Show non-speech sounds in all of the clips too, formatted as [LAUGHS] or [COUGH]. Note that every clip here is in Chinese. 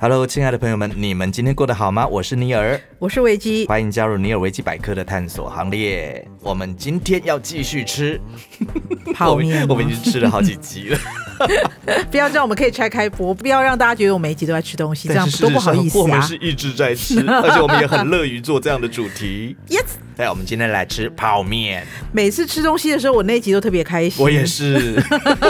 Hello，亲爱的朋友们，你们今天过得好吗？我是尼尔，我是维基。欢迎加入尼尔维基百科的探索行列。我们今天要继续吃泡面吗我们，我们已经吃了好几集 [LAUGHS] 了，不要这样，我们可以拆开播，不要让大家觉得我每一集都在吃东西，这样但是多事实不好上意我思们啊是。一直在吃，而且我们也很乐于做这样的主 [LAUGHS] 题。 Yes，哎，我们今天来吃泡面，每次吃东西的时候，我那一集都特别开心。我也是，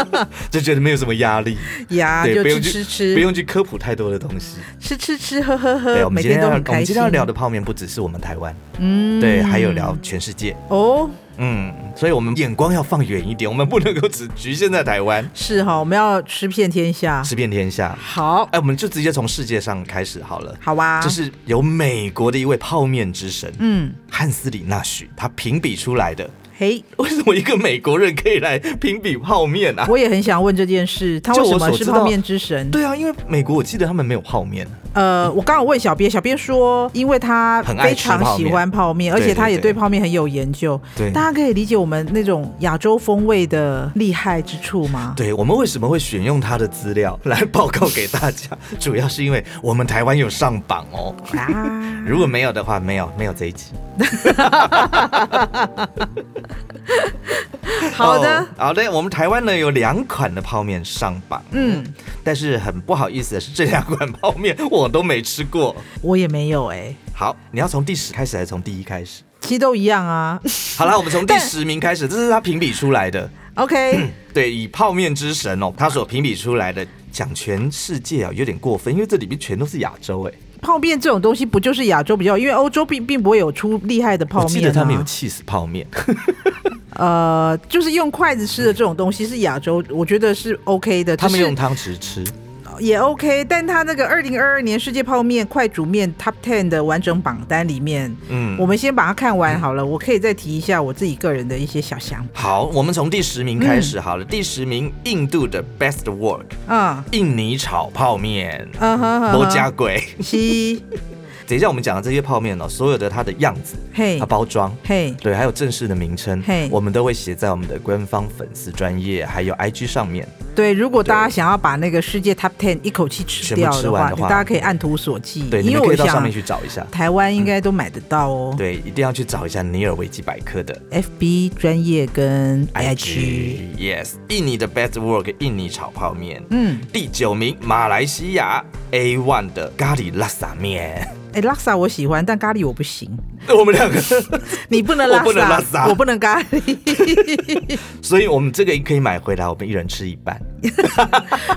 [LAUGHS] 就觉得没有什么压力，呀，对，就不吃用吃去吃，不用去科普太多的东西。吃吃吃，喝喝对，我喝，们呃每今天天要都我很们开今心。天要聊的泡面不只是我们台湾，嗯对，还有聊全世界。哦，嗯，所以我们眼光要放远一点，我们不能够只局限在台湾，是哈，我们要吃遍天下。吃遍天下。好，哎，我们就直接从世界上开始好了。好吧这，是由美国的一位泡面之神，啊嗯，汉斯里纳许，他评比出来的。嘿，为什么一个美国人可以来评比泡面啊？我也很想问这件事，他就为什我么所是知泡道面之神？对啊，因为美国我记得他们没有泡面，呃，我刚有问小编，小编说，因为他很爱非吃常泡喜面欢泡面，而对且他对也对对泡面很有研究。对大家可以理解我们那种亚洲风味的厉害之处吗？对我们为什么会选用他的资料来报告给大家？ [LAUGHS] 主要是因为我们台湾有上榜哦。啊，如果没有的话，没有没有这一集。好的，哦好的。我们台湾呢有两款的泡面上榜，嗯，但是很不好意思的是，这两款泡面我都没吃过。我也没有哎、好，你要从第十开始，还是从第一开始？其实都一样啊。好啦，我们从第十名开始，这是他评比出来的。 OK， [CLEARS THROAT] 对，以泡面之神哦，他所评比出来的，讲全世界啊，有点过分，因为这里面全都是亚洲哎。泡面这种东西不就是亚洲比较，因为欧洲并并不会有出厉害的泡面、我啊。记得他们有 cheese 泡 [LAUGHS] 面，呃，就是用筷子吃的这种东西是亚洲，我觉得是 OK 的。他们只是用汤匙吃。也 OK，但他那个二零二二年世界泡面快煮面 Top Ten 的完整榜单里面，嗯我们先把它看完好了。我可以再提一下我自己个人的一些小想法。好，我们从第十名开始好了。第十名，印度的 Best Work 嗯印尼炒泡面，嗯哼哼，罗家鬼。西， [LAUGHS] 等一下，我们讲的这些泡面哦，所有的它的样子、 [LAUGHS] 嘿它包装，嘿，对，还有正式的名称嘿，我们都会写在我们的官方粉丝专业还有 IG 上面。对，如果大家想要把那个世界 Top Ten 一口气吃全部掉吃的完话，的你话大家可以按图索骥，对，你因们为可我以到上面想去找一下。台湾应该都买得到哦。对，一定要去找一下尼尔维基百科的 FB 专业跟 IG， IG。Yes，印尼的 Best Work 印尼炒泡面。嗯，第九名，马来西亚 A One 的咖喱拉萨面。 [LAUGHS] 哎、拉萨我喜欢，但咖喱我不行。我们两个 [LAUGHS] 你不能我拉萨，不能拉萨我不能咖喱。所以我们这个可以买回来，我们一人吃一半，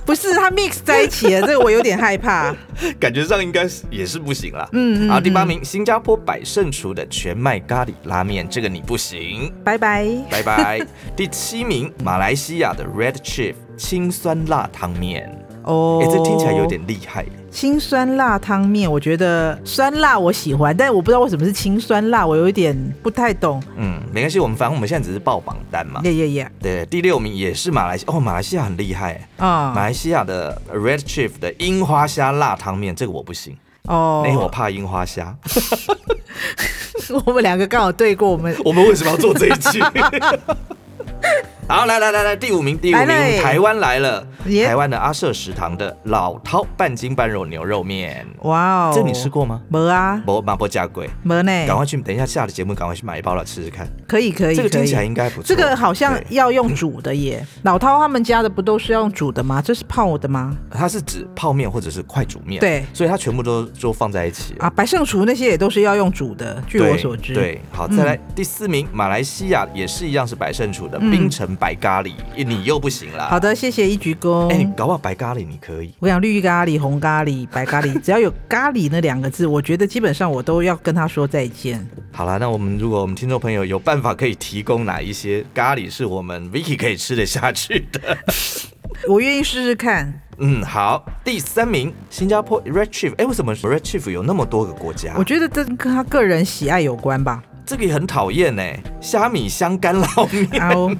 不是，它 mix 在一起了，这个我有点害怕。感觉上应该是也是不行啦。嗯嗯好，第八嗯名，新加坡百胜厨的全麦咖喱拉面，这个你不行，拜拜。拜拜。 [LAUGHS] 第七名，马来西亚的 Red Chief 清酸辣汤面，哦哎、这听起来有点厉害耶。清酸辣汤面，我觉得酸辣我喜欢，但我不知道为什么是清酸辣，我有一点不太懂。嗯，没关系，我们反正我们现在只是报榜单嘛。耶耶耶，对，第六名也是马来西哦，马来西亚很厉害耶。马啊，来西亚的 Red Chief 的樱花虾辣汤面，这个我不行，因为我哦，怕樱花虾。 [LAUGHS] 我们两个刚好对过，我们 [LAUGHS] 我们为什么要做这一期？ [LAUGHS] 好，来来来来，第五名，第五名，来嘞台湾来了，耶台湾的阿舍食堂的老饕半斤半肉牛肉面，哇哦，这你吃？过吗？没啊，不，马不加贵，没呢，赶快去，等一下下了节目赶快去买一包来吃吃看，可以可以，这个可听以起来应该不错。这个好像对要用煮的耶，老饕他们家的不都是要用煮的吗？这是泡的吗？它是指泡面或者是快煮面，对所以它全部都都放在一起。啊，百胜厨那些也都是要用煮的，据对我所知。对，好，再来、第四名，马来西亚也是一样是百胜厨的嗯冰城白咖喱，哎你又不行啦。好，的，谢谢一鞠躬。哎、你搞不好白咖喱你可以，我讲绿咖喱、红咖喱、白 [LAUGHS] 咖喱，只要有“咖喱”那两个字，我觉得基本上我都要跟他说再见。好啦，那我们如果我们听众朋友有办法可以提供哪一些咖喱是我们 Vicky 可以吃得下去的？ [LAUGHS] 我愿意试试看，嗯，好，第三名，新加坡 Red Chief。哎，为什么 Red Chief 有那么多个国家？我觉得这跟他个人喜爱有关 [LAUGHS] 吧。这个也很讨厌哎，虾米香干捞 [LAUGHS] 面，啊，我我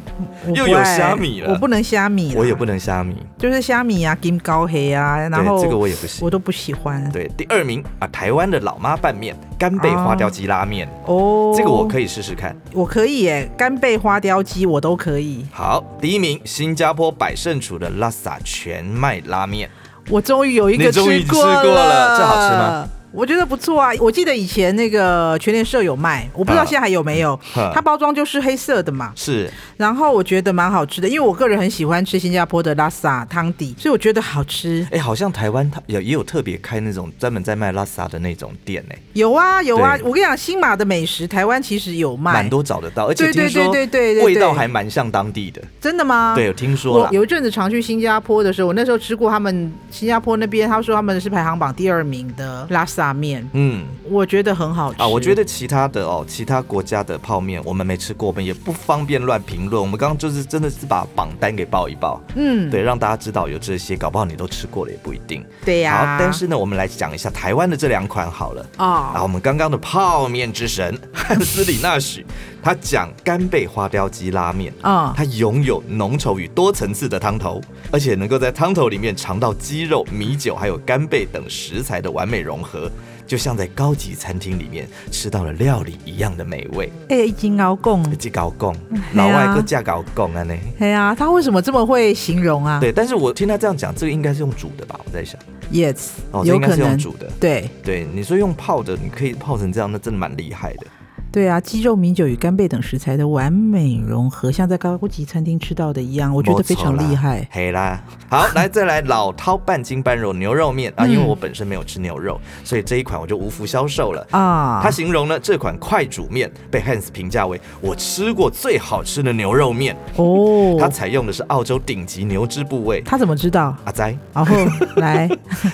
不又有爱虾米了我不能虾米啦，我也不能虾米，就是虾米啊、金高黑啊，然后对这个我也不行我都不喜欢。对，第二名啊，台湾的老妈拌面，干贝花雕鸡拉面，哦，这个我以，可以试试看。我可以耶，干贝花雕鸡我都可以。好，第一名，新加坡百胜厨的拉萨全麦拉面，我终于有一个你终于过吃过了这好吃吗？我觉得不错啊！我记得以前那个全联社有卖，我不知道嗯现在还有没有。嗯它包装就是黑色的嘛，是然后我觉得蛮好吃的，因为我个人很喜欢吃新加坡的拉萨汤底，所以我觉得好吃。哎、好像台湾它也也有特别开那种专门在卖拉萨的那种店哎、有啊有啊，对我跟你讲，新马的美食台湾其实有卖，蛮多找得到，而且对听对说对对对对对味道还蛮像当地的。真的吗？对，有啊听说我了。有一阵子常去新加坡的时候，我那时候吃过他们新加坡那边，他说他们是排行榜第二名的拉萨面，嗯我觉得很好吃啊，我觉得其他的哦，其他国家的泡面我们没吃过，我们也不方便乱评论。我们刚刚就是真的是把榜单给报一报，嗯，对，让大家知道有这些，搞不好你都吃过了也不一定。对呀、好，但是呢，我们来讲一下台湾的这两款好了。啊，哦，我们刚刚的泡面之神 [LAUGHS] 汉斯里纳许，他讲干贝花雕鸡拉面，嗯它拥有浓稠与多层次的汤头，而且能够在汤头里面尝到鸡肉、米酒还有干贝等食材的完美融合，就像在高级餐厅里面吃到了料理一样的美味。哎、已经熬供，这高贡，嘿啊老外个价高贡啊呢。哎呀、他为什么这么会形容啊？对，但是我听他这样讲，这个应该是用煮的吧？我在想， ，yes，、哦，这有应该可是用能，煮的。对对，你说用泡的，你可以泡成这样，那真的蛮厉害的。对啊，鸡肉、米酒与干贝等食材的完美融合，像在高级餐厅吃到的一样，我我觉得非常厉害。嘿啦，好，来再来老饕半斤半肉牛肉面啊，因为嗯我本身没有吃牛肉，所以这一款我就无福消受了。啊，他形容呢，这款快煮面被 Hans 评价为我吃过最好吃的牛肉面。哦，它采用的是澳洲顶级牛脂部位，他怎么知道？阿哉， [LAUGHS] 然后来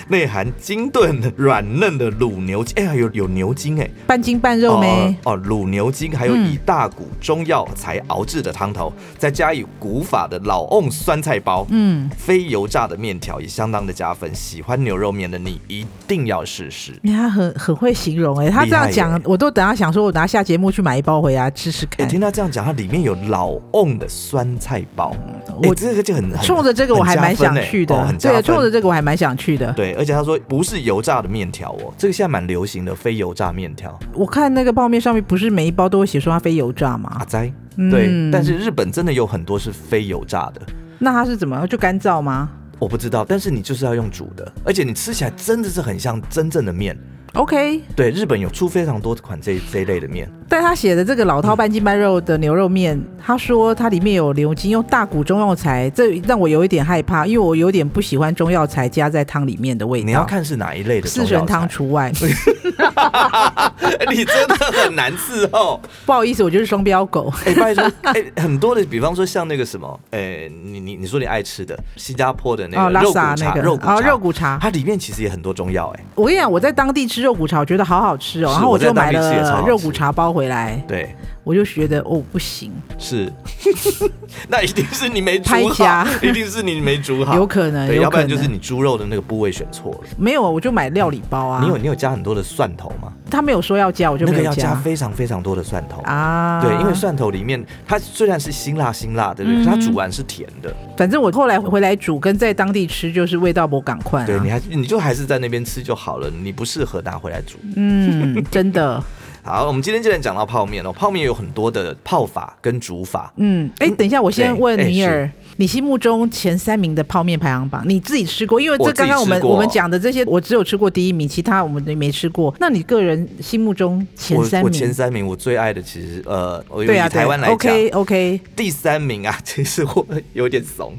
内含精炖软嫩的卤牛筋，哎呀，有有牛筋哎，半斤半肉没？哦哦，卤牛筋，还有嗯以大骨中药材熬制的汤头，再加以古法的老瓮酸菜包，嗯，非油炸的面条也相当的加分。喜欢牛肉面的你一定要试试。哎他很很会形容哎、他这样厉害讲，我都等他想说，我拿下节目去买一包回来吃吃我看。听他这样讲，它里面有老瓮的酸菜包，哎我这个就很很冲着这个我还蛮想去的，很加分欸哦很加分对，冲着这个我还蛮想去的。对，而且他说不是油炸的面条哦，这个现在蛮流行的非油炸面条。我看那个泡面上面不是每一包都会写说它非油炸阿吗？斋，嗯啊对，但是日本真的有很多是非油炸的，那它是怎么就干燥吗我不知道，但是你就是要用煮的，而且你吃起来真的是很像真正的面。 ？OK，对，日本有出非常多款这这一类的面，但他写的这个老饕半斤半肉的牛肉面，他说它里面有牛筋，用大骨中药材，这让我有一点害怕，因为我有点不喜欢中药材加在汤里面的味道。你要看是哪一类的哦四中药神汤材除外， [LAUGHS] 你真的很难伺候。 [LAUGHS] 不好意思，我就是双标狗。 [LAUGHS] 哎、拜托，哎、很多的，比方说像那个什么，哎、你你你说你爱吃的新加坡的那哦，个拉肉骨萨茶，那个肉骨茶、哦，肉骨茶。它里面其实也很多中药、哎，我跟你讲，我在当地吃肉骨茶，我觉得好好吃哦。是然后我我在就买当地吃也超好了吃肉骨茶包回来，对，我就觉得哦不行，是， [LAUGHS] 那一定是你没煮拍好夹，一定是你没煮好，有可能，对，有要不可然就是能你猪肉的那个部位选错了。没有，我就买料理包啊你。有你有加很多的蒜头吗？他没有说要加，我就那没个有要加非常非常多的蒜头。啊。对，因为蒜头里面它虽然是辛辣辛辣的，对不对嗯它煮完是甜的。反正我后来回来煮，跟在当地吃就是味道不赶快、啊。对，你还你就还是在那边吃就好了，你不适合拿回来煮。嗯，真的，好，我们今天既然讲到泡面哦，泡面有很多的泡法跟煮法。嗯，哎、等一下，我先对问哎尼尔，你心目中前三名的泡面排行榜，你自己吃过？因为我这自己刚刚我们吃过我们讲的这些，我只有吃过第一名，其他我们都没吃 [LAUGHS] 过。那你个人心目中前我三我名？前三名，我最爱的其实呃，我以对啊，对台湾来讲 OK OK，第三名啊， [LAUGHS] 其实我有点怂，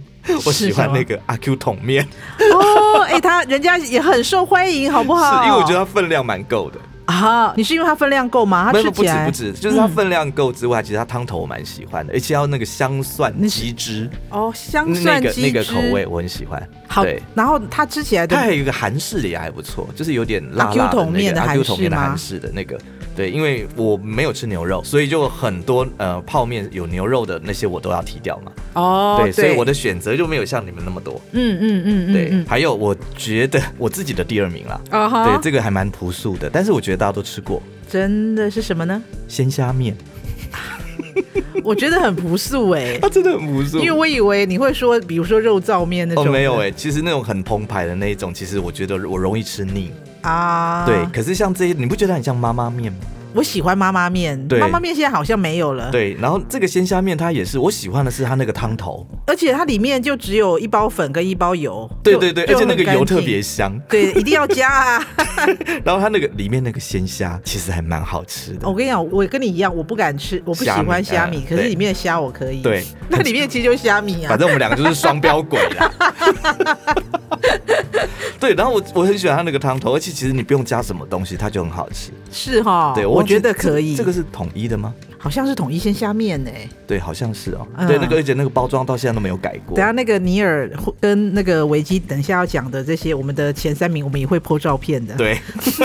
我喜欢那个阿 Q 桶面， [LAUGHS] 哦，哎、他人家也很受欢迎，好不好？是因为我觉得它分量蛮够的。 [LAUGHS] 啊，你是因为它分量够吗？它没有啊吃不起止来嗯不止，就是它分量够之外，其实它汤头我蛮喜欢的，而且要那个香蒜那是鸡汁，哦，香那蒜个鸡那个汁口味我很喜欢。好对，，然后它吃起来的它还有一个韩式的也还不错，就是有点辣辣阿 Q 的桶那面个的阿韩啊 Q 式桶面的吗韩式的那个。对，因为我没有吃牛肉，所以就很多呃泡面有牛肉的那些我都要踢掉嘛。哦，对，所以我的选择就没有像你们那么多。嗯嗯嗯嗯，对，嗯还有我觉得我自己的第二名啦，啊对哈，，这个还蛮朴素的，但是我觉得大家都吃过真的是什么呢？鲜虾面，我觉得很朴素哎、它啊真的很朴素。因为我以为你会说，比如说肉燥面那哦种的、没有哎、其实那种很澎湃的那一种，其实我觉得我容易吃腻。啊，对，可是像这些，你不觉得很像妈妈面吗？我喜欢妈妈面，对妈妈面现在好像没有 [LAUGHS] 了，对，然后这个鲜虾面它也是，我喜欢的是它那个汤头，而且它里面就只有一包粉跟一包油，对就对对，就而且那个很干油特净别香，对，一定要加啊！ [LAUGHS] 然后它那个里面那个鲜虾其实还蛮好吃的我，跟你讲，我跟你一样，我不敢吃，我不喜欢虾虾米米，嗯可是对里面的虾我可以。对， [LAUGHS] 那里面其实就是虾米啊反。正我们两个就是双标鬼 [LAUGHS] 啦。对，然后我我很喜欢它那个汤头，而且其实你不用加什么东西，它就很好吃。是哈，对，哦我忘记觉得这可以。这个是统一的吗？好像是统一鲜虾面呢。欸对，好像是哦。嗯对，那个而且那个包装到现在都没有改过等。下那个尼尔跟那个维基，等一下要讲的这些，我们的前三名我们也会 po 照片的。，对，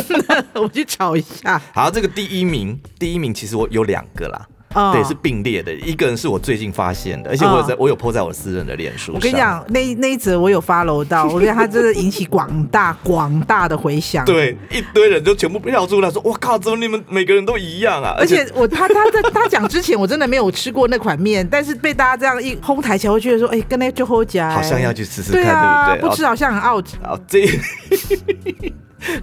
[LAUGHS] 我去找一下。好，这个第一名，第一名其实我有两个啦。哦对，是并列的。一个人是我最近发现的，而且我有在、嗯我有 po 在我私人的脸书上。我跟你，讲，那那一则我有 follow 到，我觉得它真的引起广大广大的回响。。 [LAUGHS] 对，一堆人就全部跳出来说：“我靠，怎么你们每个人都一样啊？”而且我他他在他讲之前，我真的没有吃过那款面，但是被大家这样一哄抬起来，我觉得说，哎、跟那就后夹、好像要去试试哎对看，啊，对不对？不吃好像很 out。好，好这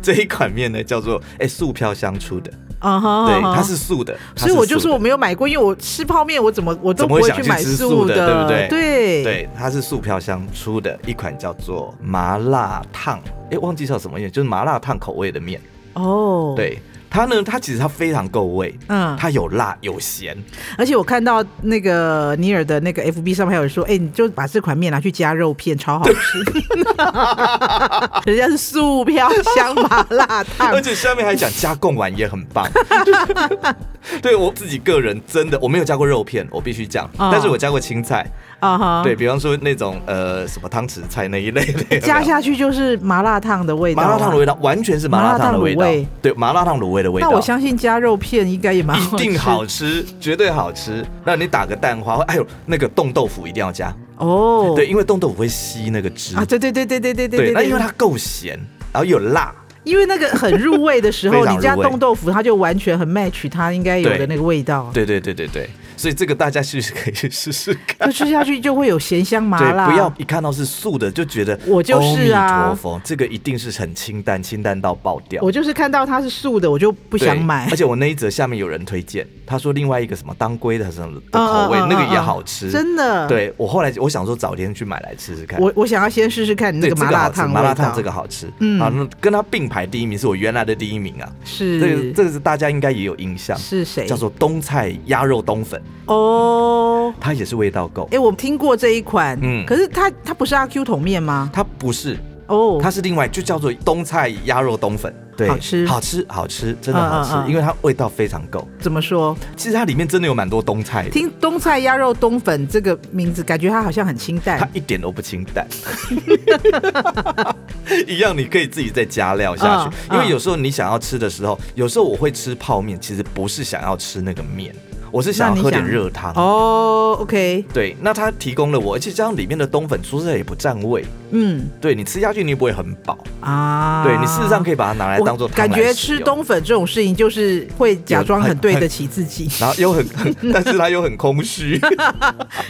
这一 [LAUGHS] 款面呢叫做哎、素飘香出的，啊哈，对，啊哈它是素的，它所以我就素说的我没有买过，因为我吃泡面，我怎么我都怎不么会会想去买吃素素的对不对对，它是素飘香出的一款叫做麻辣烫，哎、忘记叫什么面，就是麻辣烫口味的面。哦，，对它呢，它其实它非常够味，嗯，它有辣有咸，而且我看到那个尼尔的那个 FB 上面还有人说，哎，你就把这款面拿去加肉片，超 [LAUGHS] 好吃。人家是素飘香麻辣烫 [LAUGHS] 而，且下面还讲加贡丸也很棒。 [LAUGHS] 对我自己个人真的我没有加过肉片，我必须讲，哦但是我加过青菜，啊哈，对，比方说那种呃什么汤匙菜那一类的有没有，加下去就是麻辣烫的味道啊，麻辣烫的味道，完全是麻辣烫的味道麻辣烫卤味，对，麻辣烫卤味的味道。那我相信加肉片应该也蛮一好吃定好吃，绝对好吃。那你打个蛋花，哎呦，那个冻豆腐一定要加，哦。对，因为冻豆腐会吸那个汁。啊，对对对对对对对，对那因为它够咸，然后又辣，因为那个很入味的时 [LAUGHS] 非候，常入你味加冻豆腐，它就完全很 match 它应该有的那个味道。对对对对对，所以这个大家试试可以去试试看。就吃下去就会有咸香麻对，辣。不要一看到是素的就觉得我就是啊阿弥陀佛，这个一定是很清淡，清淡到爆掉。我就是看到它是素的，我就不不想买而。且我那一则下面有人推荐，他说另外一个什么当归的什么的嗯口味，嗯嗯那个也嗯好吃，真的。，对我后来我想说早天去买来吃吃看。我我想要先试试看你那对个这麻个辣好吃，烫味道。麻辣烫这个好吃，嗯啊，那跟它并排第一名是我原来的第一名啊，这个是这个是大家应该也有印象，是谁？叫做东菜鸭肉冬粉，哦。它也是味道够哎、，我听过这一款，嗯可是它它不是阿 Q 桶面吗？它不是，哦，它是另外就叫做东菜鸭肉冬粉，对，好吃好吃，好吃，真的好嗯嗯吃，嗯因为它味道非常够。怎么说？其实它里面真的有蛮多东菜的，听东菜鸭肉冬粉这个名字，感觉它好像很清淡它。一点都不清淡， [LAUGHS] 一样你可以自己再加料下去，嗯因为有时候你想要吃的时候，有时候我会吃泡面，其实不是想要吃那个面，我是想那要你喝点想热汤。哦，OK，对，那它提供了我，而且加上里面的冬粉，说实在也不占味。嗯对你吃下去，你也不会很饱。啊，对你事实上可以把它拿来当做我感觉吃冬粉这种事情，就是会假装很对得起自己， [LAUGHS] 然后又很，很但是它又很空虚。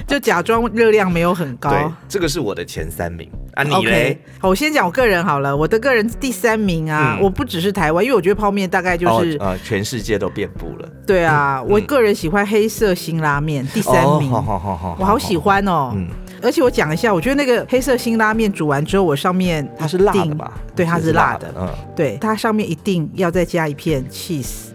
就假装热量没有很高。对，这个是我的前三名啊，你 OK，嘞？好，我先讲我个人好了，我的个人第三名啊，嗯我不只是台湾，因为我觉得泡面大概就是、哦、呃，呃全世界都遍布了。对啊，我个人喜欢黑色辛拉面第三名，哦、好好好好，我好喜欢哦。嗯而且我讲一下，我觉得那个黑色辛拉面煮完之后，我上面它是辣一的定吧？对，它是辣的，嗯。对，它上面一定要再加一片 cheese。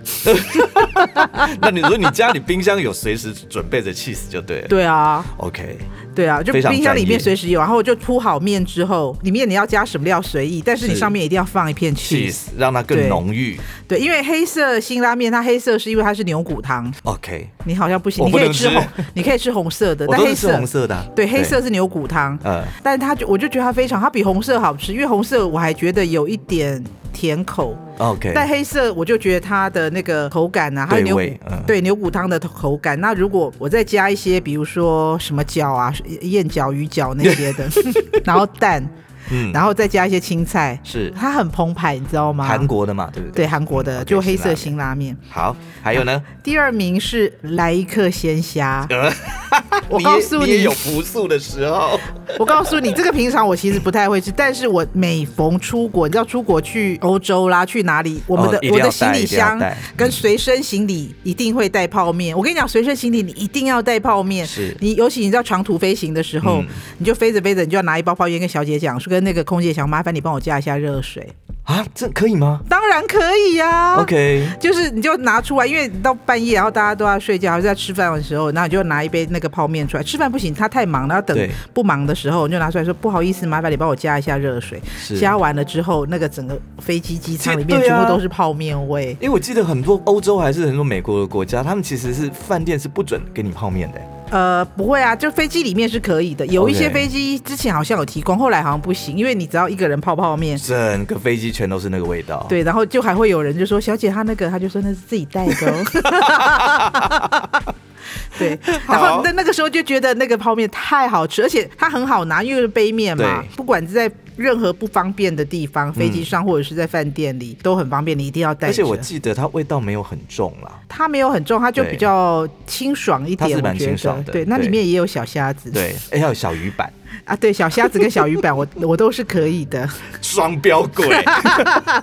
那你说你家里冰箱有随时准备着 cheese 就对了。[LAUGHS] 对啊， OK，对啊，就非常冰箱里专业面随时有，然后就铺好面之后，里面你要加什么料随意，但是你是上面一定要放一片 cheese。 cheese 让它更对浓郁。对，因为黑色辛拉面它黑色是因为它是牛骨汤， OK，你好像不行，我你不可以能吃吃红，你可以吃红色的， [LAUGHS] 我但都黑是吃色红色的啊。对黑色是牛骨汤，呃，但它就我就觉得它非常，它比红色好吃，因为红色我还觉得有一点甜口， OK，但黑色我就觉得它的那个口感啊，还对有牛骨味嗯对牛骨汤的口感。那如果我再加一 [LAUGHS] [LAUGHS] 些，比如说什么饺啊、燕饺、鱼饺那些的，然后蛋。嗯然后再加一些青菜，是它很澎湃，你知道吗？韩国的嘛，对不对？对韩国的嗯就 OK，黑色辛辛拉拉面。面好，还有呢？第二名是来一克鲜虾， [LAUGHS] 呃，我你告也诉你也你有，不素的时候。我告诉你，这个平常我其实不太会吃，但是我每逢出国，你知道出国去欧洲啦，去哪里，我们的、哦一定我要的行带李一定要箱带跟随身行李一定会带泡面。我跟你讲，随身行李你一定要带泡面，是你尤其你知道长途飞行的时候，嗯你就飞着飞着，你就要拿一包泡面跟小姐讲，说跟那个空姐讲，麻烦你帮我加一下热水。啊，这可以吗当然可以呀、 ？OK，就是你就拿出来，因为你到半夜，然后大家都要睡觉，还是在吃饭的时候，然后你就拿一杯那个泡面出来。吃饭不行，他太忙了，要等对不忙的时候，你就拿出来说不好意思，麻烦你帮我加一下热水。是加完了之后，那个整个飞机机场里面对啊全部都是泡面味。因为我记得很多欧洲还是很多美国的国家，他们其实是饭店是不准给你泡面的。呃，不会啊，就飞机里面是可以的，有一些 OK 飞机之前好像有提供，后来好像不行，因为你只要一个人泡泡面。整个飞机全都是那个味道。，对，然后就还会有人就说：“小姐，她那个，她就说那是自己带的、哦。” [LAUGHS] 对，然后好那那个时候就觉得那个泡面太好吃，而且它很好拿，因为是杯面嘛对，不管是在任何不方便的地方，飞机嗯上或者是在饭店里、都很方便，你一定要带着。而且我记得它味道没有很重啦。它没有很重，它就对比较清爽一它点，是蛮我觉清爽得。的对，那里对面也有小虾子。对，哎，还有小鱼板，啊，对，小虾子跟小鱼板，我我都是可以的。双标鬼。 [LAUGHS]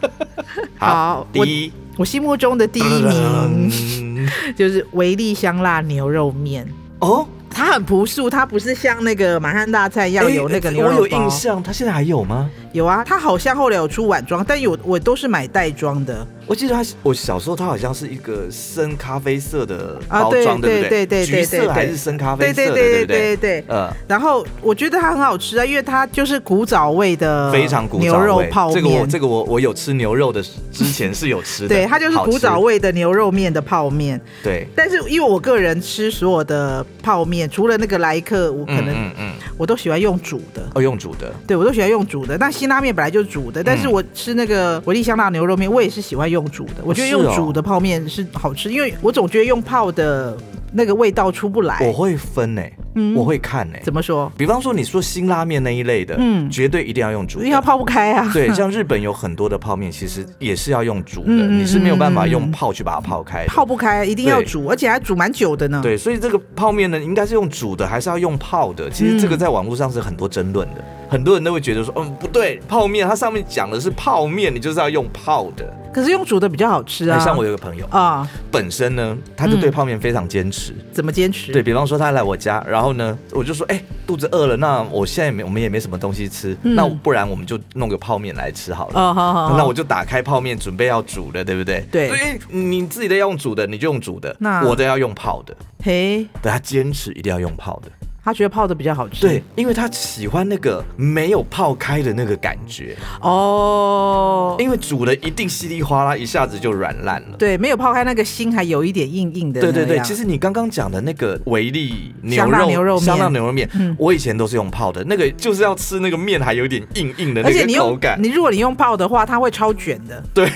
好第一，我心目中的第一名名。就是维力香辣牛肉面。哦，它很朴素，它不是像那个满汉大菜一样哎有那个牛我肉有包。印象，它现在还有吗？有啊，它好像后来有出碗装，但有我都是买袋装的。我记得它，我小时候它好像是一个深咖啡色的啊包对装，对不对对对橘对色对还是深咖啡对色的，对不对？对对。呃，然后我觉得它很好吃啊，因为它就是古早味的非常古早味呃牛肉泡面。这个我这个我我有吃牛肉的之前是有吃的，对，它就是好吃古早。味的牛肉面的泡面。对，但是因为我个人吃所有的泡面，除了那个来客，我可嗯能嗯嗯，我都喜欢用煮的。哦，用煮的，对，我都喜欢用煮的。但辛拉面本来就是煮的，但嗯是我吃那个维力香辣牛肉面，我也是喜欢用煮的。我觉得是用哦煮的泡面是好吃，因为我总觉得用泡的那个味道出不来。我会分呢、嗯我会看呢、怎么说？比方说你说辛拉面那一类的，嗯绝对一定要用煮因为它的。泡不开啊。对，像日本有很多的泡面，其实也是要用煮的，嗯嗯你是没有办法嗯嗯用泡去把它泡开的。泡不开，一定要对煮，而且还煮蛮久的呢。，对，所以这个泡面呢，应该是用煮的，还是要用泡的？其嗯实这个在网络上是很多争论的，很多人都会觉得说，嗯，不对，泡面它上面讲的是泡面，你就是要用泡的。可是用煮的比较好吃啊。嗯哎像我有个朋友，啊，本身呢，他就对泡面非常坚持。怎么坚持？对，比方说，他来我家，然后呢，我就说，哎、肚子饿了，那我现在也没我们也没什么东西吃，嗯那不然我们就弄个泡面来吃好了。哦，好好好。那我就打开泡面，准备要煮的，对不对？对哎你自己的要用煮的，你就用煮的；那我的要用泡的。嘿，对他坚持一定要用泡的，他觉得泡的比较好吃。对，因为他喜欢那个没有泡开的那个感觉，哦。因为煮的一定稀里哗啦，一下子就软烂了。对，没有泡开那个心还有一点硬硬的那对样。对对，其实你刚刚讲的那个维力牛香辣肉、牛肉面香辣牛肉面嗯，我以前都是用泡的，那个就是要吃那个面还有点硬硬的而那且你个口用感。你如果你用泡的话，它会超卷的。对，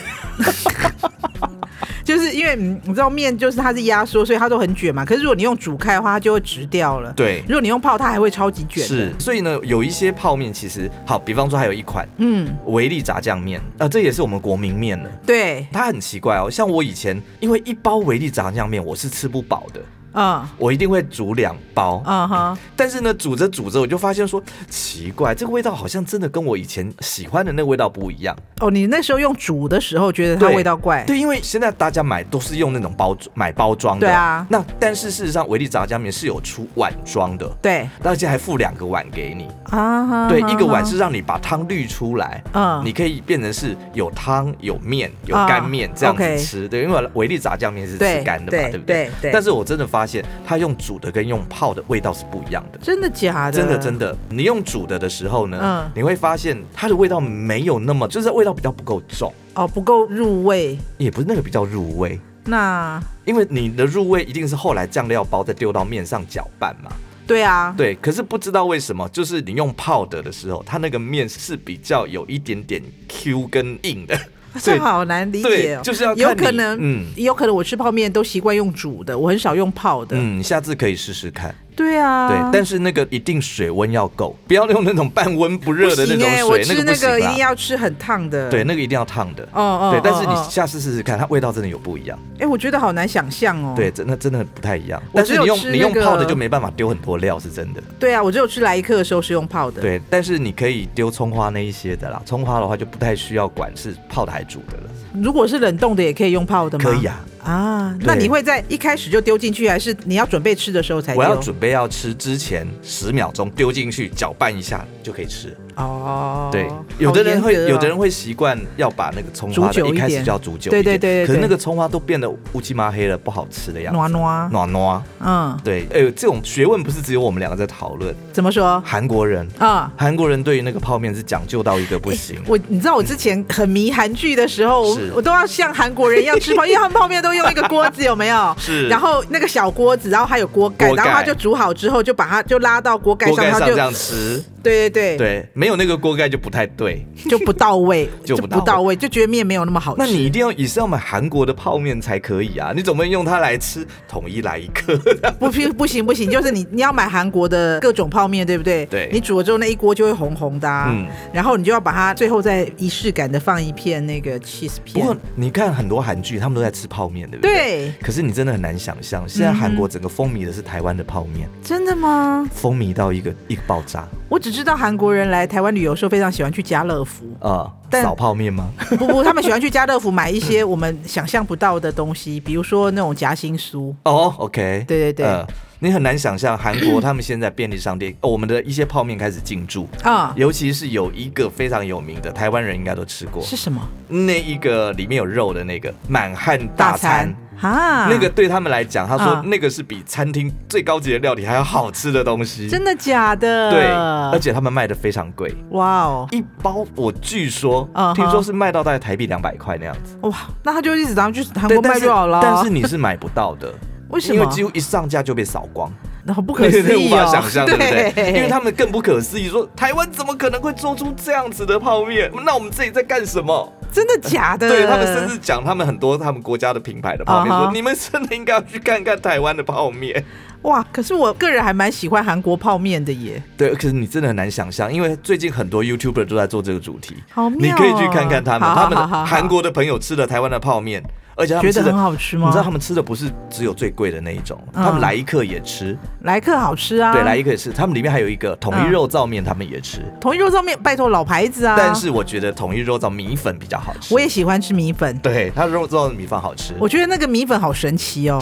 [LAUGHS] 就是因为嗯你知道面就是它是压缩，所以它都很卷嘛。可是如果你用煮开的话，它就会直掉了。对如果你用泡，它还会超级卷。是，，所以呢，有一些泡面其实好，比方说还有一款嗯，维力炸酱面，啊、这也是我们国民面了。对，它很奇怪哦，像我以前因为一包维力炸酱面我是吃不饱的，嗯我一定会煮两包。嗯哼，但是呢，煮着煮着我就发现说，奇怪，这个味道好像真的跟我以前喜欢的那个味道不一样。哦，你那时候用煮的时候觉得它对味道怪，对，因为现在大家买都是用那种包装买包装的，对啊那但是事实上，维力炸酱面是有出碗装的，对而且还附两个碗给你。啊哈，对，哈一个碗哈是让你把汤滤出来，嗯你可以变成是有汤、有面、有啊干面这样子 OK 吃。对，因为维力炸酱面是吃对干的嘛，对对不对对对但是我真的发现，它用煮的跟用泡的味道是不一样的。真的假的？真的真的，的，你用煮的的时候呢，嗯你会发现它的味道没有那么，就是味道比较不够重，哦，不够入味。也不是那个比较入味，那因为你的入味一定是后来酱料包再丢到面上搅拌嘛。对啊，对，可是不知道为什么，就是你用泡的的时候，它那个面是比较有一点点 Q 跟硬 [LAUGHS] 的，所这以好难理解对哦，。就是要看有你可能，嗯有可能我吃泡面都习惯用煮的，我很少用泡的。嗯，下次可以试试看。对啊，嗯对，但是那个一定水温要够，不要用那种半温不热的那种欸 [LAUGHS] 我水，吃个不那行个一定啦。要吃很烫的。对，，那个一定要烫的。哦哦对，但是哦哦你下次试试看，它味道真的有不一样。哎，我觉得好难想象哦。对，真的真的不太一样。我但只是有你用吃你那用泡的个就没办法丢很多料，是真的。对啊，我只有吃来一克的时候是用泡的。，对，但是你可以丢葱花那一些的啦。葱花的话就不太需要管是泡的还是煮的了。如果是冷冻的也可以用泡的吗？可以。啊，啊，对那你会在一开始就丢进去，还是你要准备吃的时候才丢？我要准备要吃之前十秒钟丢进去搅拌一下就可以吃。哦。对好，有的人会，严格哦有的人会习惯要把那个葱花煮久的一一开始点就要煮久一对点，对对对可是那对个葱花都变得乌漆麻黑了，不好吃的样子。暖暖，暖暖，嗯，对，哎、呦，这种学问不是只有我们两个在讨论，怎么说韩国人，啊？韩国人对于那个泡面是讲究到一个不行。我你知道我之前很迷韩剧的时候，我是我都要像韩国人一样吃 [LAUGHS] 泡，因为他们泡面都用一个锅子，有没有？是然后那个小锅子，然后还有锅盖，锅盖然后它就煮好之后，就把它就拉到锅盖锅上，盖它上就哎这样吃，对对对，对，没有那个锅盖就不太对。就不到位， [LAUGHS] 就不到不位到位，就觉得面没有那么好吃。那你一定要也是要买韩国的泡面才可以啊，你总不能用它来吃，统一来一个。 [LAUGHS] 不不不行不行，就是你你要买韩国的各种泡面，对不对？对你煮了之后那一锅就会红红的、啊，嗯然后你就要把它最后再仪式感的放一片那个 cheese [LAUGHS] 不 [LAUGHS] 片。过你看很多韩剧，他们都在吃泡面，对嗯不对？对，可是你真的很难想象，现在韩国整个风靡的是台湾的泡面，真的吗？风靡到一个一个爆炸我只知道韩国人来台湾旅游的时候非常喜欢去家 [LAUGHS] 乐福，啊！但扫泡面吗？不不，他们喜欢去家乐福买一些我们想象不到的东西，比如说那种夹心酥。 [LAUGHS] 哦，OK，对对对呃你很难想象韩国他们现在便利商店，哦我们的一些泡面开始进驻。啊、尤其是有一个非常有名的，台湾人应该都吃过，是什么那一个里面有肉的那个满汉大餐，啊？那个对他们来讲，他说啊那个是比餐厅最高级的料理还要好吃的东西。真的假的？对，而且他们卖的非常贵，哇哦一包我据说、嗯哼听说是卖到大概台币两百块那样子，哇，那他就一直咱们去韩对国卖就好了啊。但是。但是你是买不到的， [LAUGHS] 为什因为么？几乎一上架就被扫光，那好不 [LAUGHS] 可思议、哦，无法想 [LAUGHS] 象，对不对？因为他他们更不可思议，说台湾怎么可能会做出这样子的泡面？那我们自己在干什么？真的假的？对他们甚至讲他们很多他们国家的品牌的泡面，啊哈说你们真的应该要去看看台湾的泡面。哇，可是我个人还蛮喜欢韩国泡面的耶，对，可是你真的很难想象，因为最近很多 YouTuber 都在做这个主题，好妙、哦！你可以去看看他们，好他们好好好的韩国的朋友吃了台湾的泡面，而且他们觉吃得的很好吃吗？你知道他们吃的不是只有最贵的那一种，他们嗯来一克也吃，来客好吃啊，对，来一克也吃，他们里面还有一个统一肉燥面，他们也吃。同一肉上面，拜托老牌子啊！但是我觉得统一肉燥米粉比较好吃，我也喜欢吃米粉。对它肉燥米饭好吃。我觉得那个米粉好神 [LAUGHS] 奇哦，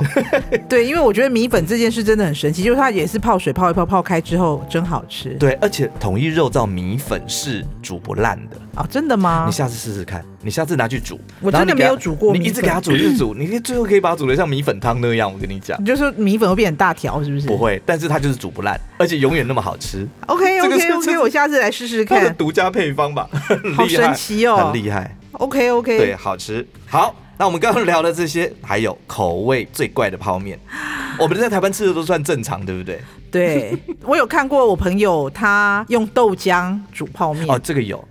对，因为我觉得米粉这件事真的很神奇，就是它也是泡水泡一泡，泡开之后真好吃。对，而且统一肉燥米粉是煮不烂的，哦，真的吗你？下次试试看，你下次拿去煮。我然后真的你给没它有煮过你米一直粉给它煮，一直煮，你最后可以把它煮得像米粉汤那样。我跟你讲，你就说米粉会变很大条，是不是？不会，但是它就是煮不烂，而且永远那么好吃， OK 这个 OK 是这 OK，是我下次来试试它的看。独家配方吧， [LAUGHS] 很厉害好神奇哦很厉害， OK 对，啊 OK，好吃。好，那我们刚刚聊的这些，还有口味最怪的泡面， [GASPS] 我们在台湾吃的都算正常，对不对？对 [LAUGHS] 我有看过我朋友他用豆浆煮泡面，哦，这个有，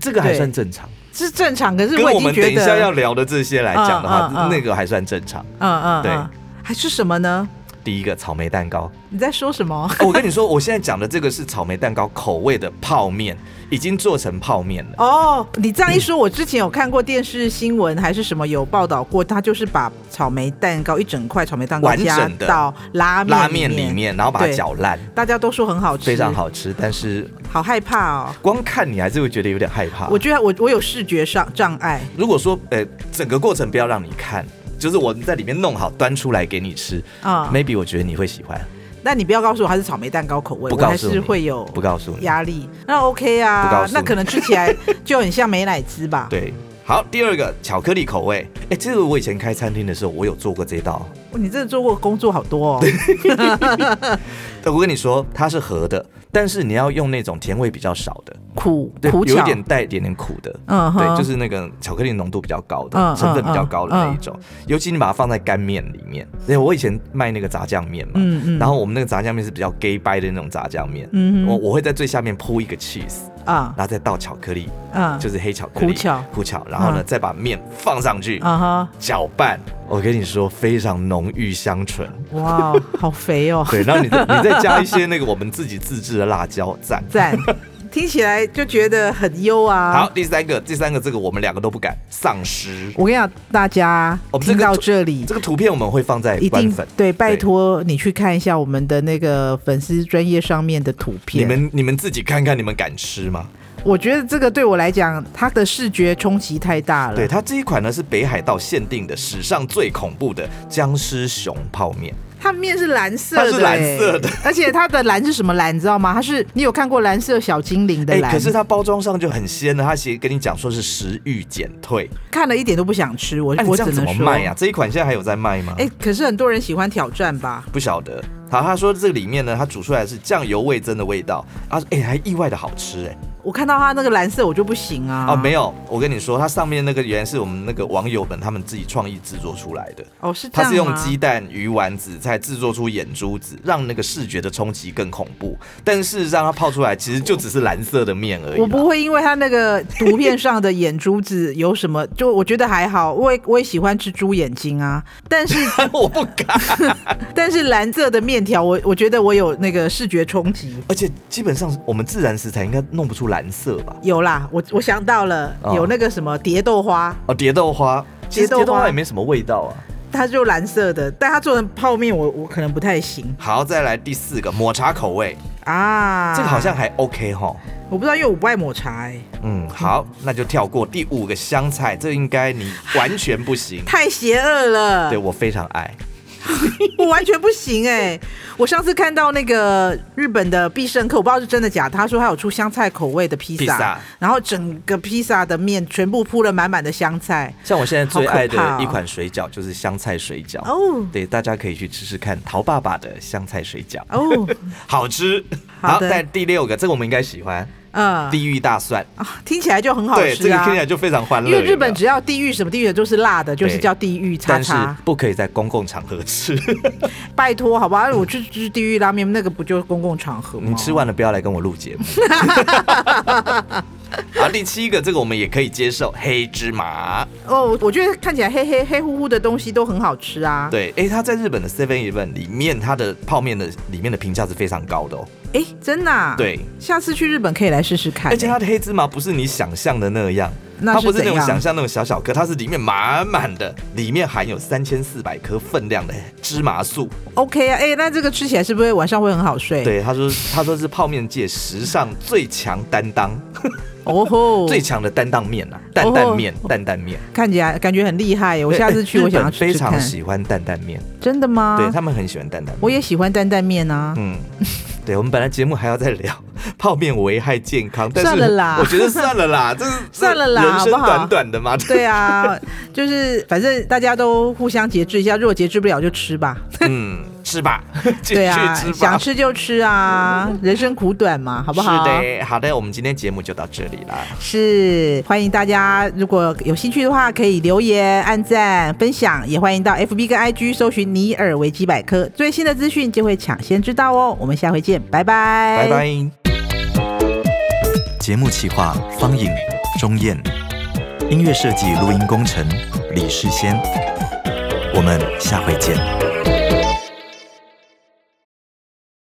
这个还对算正常。是正常，可是跟已我经们觉等一下要得，聊的这些来讲的话嗯嗯，嗯那个还算正常。嗯嗯，对嗯，还是什么呢？第一个草莓蛋糕，你在说什么？ [LAUGHS] 哦我跟你说，我现在讲的这个是草莓蛋糕口味的泡面，已经做成泡面了。哦，你这样一说，我之前有看过电视新闻还是什么有报道过，他就是把草莓蛋糕一整块草莓蛋糕完整加的到拉面拉面里，面，然后把它对搅烂，大家都说很好吃，非常，好吃。但是好害怕哦。光看你还是会觉得有点害怕。我觉得我我有视觉上障碍，如果说呃整个过程不要让你看，就是我在里面弄好端出来给你吃、啊 m a y b e 我觉得你会喜欢。那你不要告诉我它是草莓蛋糕口味，不我告还诉你是会有不告诉你压力。那 OK 不告啊诉，你。，那可能吃起来就很像美乃滋吧 [LAUGHS] 对，好，第二个巧克力口味，哎，这个我以前开餐厅的时候我有做过这道。哦你真的做过工作好多哦。但我跟你说，它是合的，但是你要用那种甜味比较少的，苦对，苦有一巧，点带一点点苦的，嗯哼对，就是那个巧克力浓度比较高的，嗯成分比较嗯高的那一种。尤其你把它放在干面里面，因为我以前卖那个炸酱面嘛，嗯嗯然后我们那个炸酱面是比较 gay 掰的那种炸酱面，嗯哼我我会在最下面铺一个 cheese，啊然后再倒巧克力，啊，就是黑巧克力，苦巧苦巧，然后呢、嗯再把面放上去，啊哈，搅拌，我跟你说，非常浓郁香 [LAUGHS] 醇。哇，好肥哦，对，然后你再你再加一些那个我们自己自制的辣椒， [LAUGHS] 赞。赞， [LAUGHS] 听起来就觉得很优啊。好，，第三个，第三个这个我们两个都不敢，丧尸。我跟你讲，大家我们哦这听个到图这里，这个图片我们会放在一官定粉，对，拜托你去看一下我们的那个粉丝专业上面的图你片。们你们自己看看，你们敢吃吗？我觉得这个对我来讲，它的视觉冲击太大了。对，它这一款呢是北海道限定的史上最恐怖的僵尸熊泡面。它面是蓝色的、它是蓝色的欸， [LAUGHS] 而且它的蓝是什么蓝，你知道吗？它是你有看过蓝色小精灵的哎、蓝，可是它包装上就很鲜了，它写跟你讲说是食欲减退，看了一点都不想吃，我、那、哎你哎我这只样能怎么说，卖啊呀、这一款现在还有在卖吗？哎、可是很多人喜欢挑战吧？不晓得。好，他说这里面呢，它煮出来是酱油味增的味道啊，哎、还意外的好吃哎、我看到它那个蓝色，我就不行啊。哦，没有，我跟你说，它上面那个原来是我们那个网友们他们自己创意制作出来的，哦，是这它样是用吗鸡蛋、鱼丸、紫菜制作出眼珠子，让那个视觉的冲击更恐怖。但事实上，它泡出来其实就只是蓝色的面而已啦。我不会因为它那个图片上的眼珠子有什么， [LAUGHS] 就我觉得还好，我也我也喜欢吃猪眼睛啊，但是 [LAUGHS] [LAUGHS] 我不敢。但是蓝色的面条，我我觉得我有那个视觉冲击。而且基本上，我们自然食材应该弄不出蓝色吧？有啦，我我想到了，哦有那个什么蝶豆花，哦，蝶豆花，其实蝶豆花蝶豆花也没什么味道啊。它就蓝色的，但它做成泡面我，我可能不太行好，再来第四个抹茶口味，啊。这个好像还 OK 哈。我不知道，因为我不爱抹茶、欸，嗯，好，那就跳过第五个香菜，这应该你完全不 [LAUGHS] 行。太邪恶了对，我非常爱。我完全不行哎、我上次看到那个日本的必胜客，我不知道是真的假的，他说他有出香菜口味的披披萨萨，然后整个披萨的面全部铺了满满的香 [LAUGHS] 菜。像我现在最好可爱的怕哦一款水饺就是香菜水饺哦对，大家可以去吃吃看陶爸爸的香菜水饺，哦，好吃。好的再第六个，这个我们应该喜欢，嗯，地狱大蒜。啊听起来就很好对，这吃个啊听起。来就非常欢乐。因为日有没本有只要地狱什么地狱就是辣的，就是叫地狱叉但是叉。不可以在公共场合 [LAUGHS] 吃，拜托，好啊吧，我去吃地狱拉面，那个不就是公共场合吗？你吃完了不要来跟我录 [LAUGHS] 节目。好，第七个这个我们也可以接受，黑芝麻。哦，我觉得看起来黑黑黑乎乎的东西都很好吃啊。，对，哎、它在日本的 Seven Eleven 里面，它的泡面的里面的评价是非常高的哦。哎，真的、啊。对，下次去日本可以来试试看、而且欸它的黑芝麻不是你想象的那样，那它是不是那怎种样想象那种小小颗，它是里面满满的，里面含有三千四百颗分量的芝麻素。 OK 啊，哎、那这个吃起来是不是晚上会很好睡？，对，他说他说是泡面界时尚最强担当，哦 [LAUGHS] 吼，最强的担当面啊，担担面，担担面。看起来感觉很厉害耶。我对下哎次去，日我想要本吃非吃常看。喜欢担担面，真的吗？对他们很喜欢担担面。我也喜欢担担面啊。嗯，对，我们本来节目还要再 [LAUGHS] 聊泡面危害健康，但是算了啦我觉得算了啦，这是这 [LAUGHS] 算了啦人生好不好短短的嘛， [LAUGHS] 对啊，就是反正大家都互相节制一下，如果节制不了就吃吧。嗯，吃吧，继续对啊，吃吧，想吃就吃啊，人生苦短嘛，好不好？是的，好的，我们今天节目就到这里啦。是欢迎大家，如果有兴趣的话，可以留言、按赞、分享，也欢迎到 FB 跟 IG 搜寻“尼尔维基百科”，最新的资讯就会抢先知道哦。我们下回见，拜拜。拜，拜。节目企划方颖、钟燕，音乐设计、录音工程李世先。我们下回见。 《